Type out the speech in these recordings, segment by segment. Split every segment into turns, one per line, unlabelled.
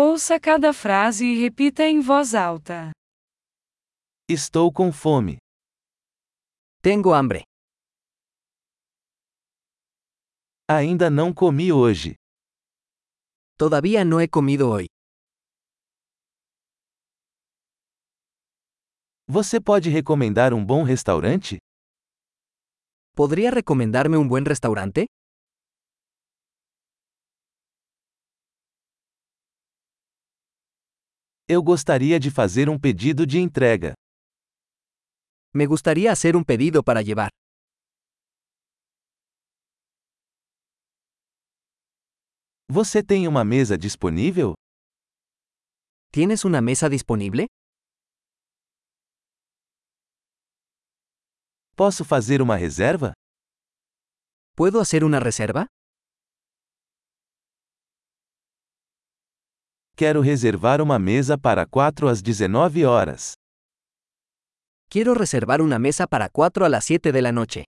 Ouça cada frase e repita em voz alta.
Estou com fome.
Tengo hambre.
Ainda não comi hoje.
Todavía no he comido hoy.
Você pode recomendar um bom restaurante?
¿Podría recomendarme un buen restaurante?
Eu gostaria de fazer um pedido de entrega.
Me gustaría hacer un pedido para llevar.
Você tem uma mesa disponível?
¿Tienes una mesa disponible?
Posso fazer uma reserva?
¿Puedo hacer una reserva?
Quero reservar uma mesa para 4 às 19 horas.
Quiero reservar una mesa para 4 a las 7 de la noche.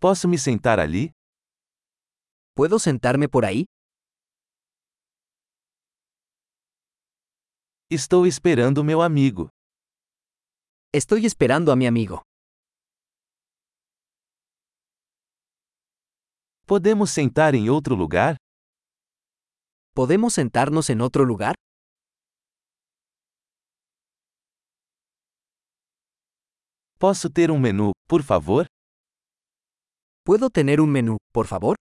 Posso me sentar ali?
¿Puedo sentarme por ahí?
Estou esperando meu amigo.
Estoy esperando a mi amigo.
Podemos sentar em outro lugar?
¿Podemos sentarnos en otro lugar?
Posso ter um menu, por favor?
¿Puedo tener un menú, por favor?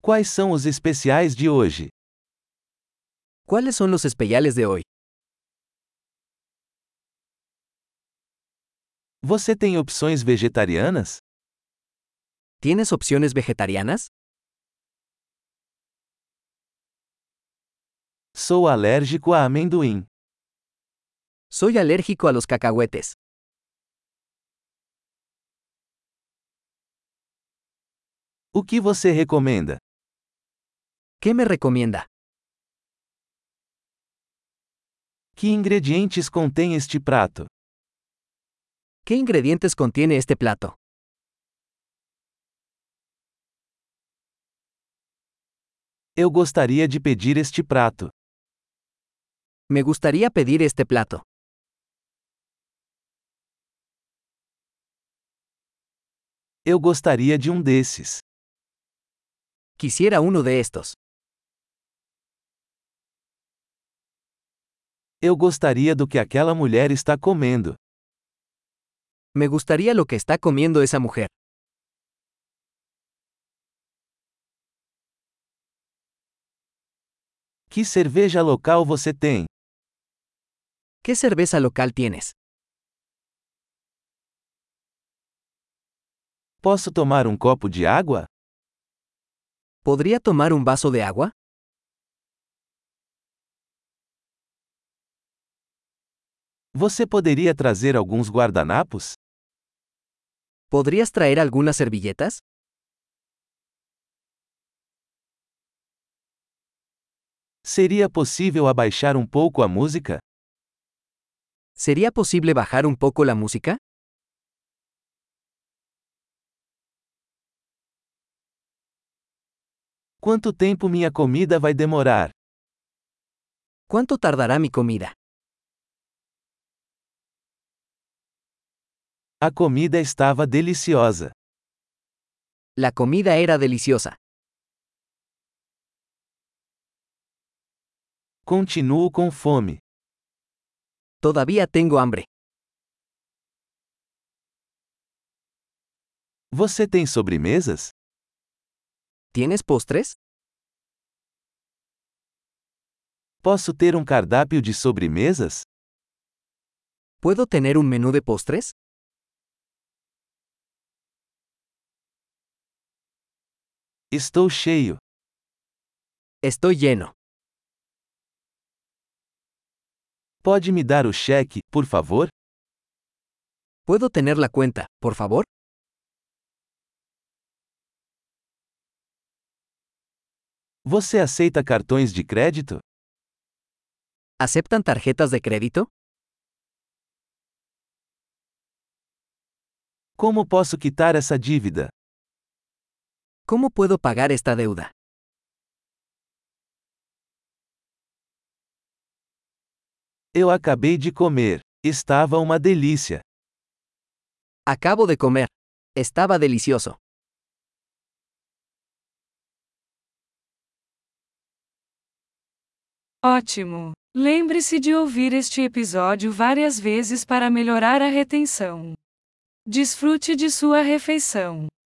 Quais são os especiais de hoje?
¿Cuáles son los especiales de hoy?
Você tem opções vegetarianas?
¿Tienes opciones vegetarianas?
Sou alérgico a amendoim.
Soy alérgico a los cacahuetes.
O que você recomenda?
¿Qué me recomienda?
Que ingredientes contém este prato?
¿Qué ingredientes contiene este plato?
Eu gostaria de pedir este prato.
Me gustaría pedir este plato.
Eu gostaria de um desses.
Quisiera uno de estos.
Eu gostaria do que aquela mulher está comendo.
Me gustaría lo que está comiendo esa mujer.
Que cerveja local você tem?
¿Qué cerveza local tienes?
Posso tomar um copo de água?
¿Podría tomar un vaso de agua?
Você poderia trazer alguns guardanapos?
¿Podrías traer algunas servilletas?
Seria possível abaixar um pouco a música?
¿Sería posible bajar un poco la música?
Quanto tempo minha comida vai demorar?
¿Cuánto tardará mi comida?
A comida estava deliciosa.
La comida era deliciosa.
Continuo com fome.
Todavía tengo hambre.
Você tem sobremesas?
¿Tienes postres?
Posso ter um cardápio de sobremesas?
¿Puedo tener un menú de postres?
Estou cheio.
Estoy lleno.
Pode me dar o cheque, por favor?
¿Puedo tener la cuenta, por favor?
Você aceita cartões de crédito?
¿Aceptan tarjetas de crédito?
Como posso quitar essa dívida?
¿Cómo puedo pagar esta deuda?
Eu acabei de comer. Estava uma delícia.
Acabo de comer. Estaba delicioso.
Ótimo! Lembre-se de ouvir este episódio várias vezes para melhorar a retenção. Desfrute de sua refeição.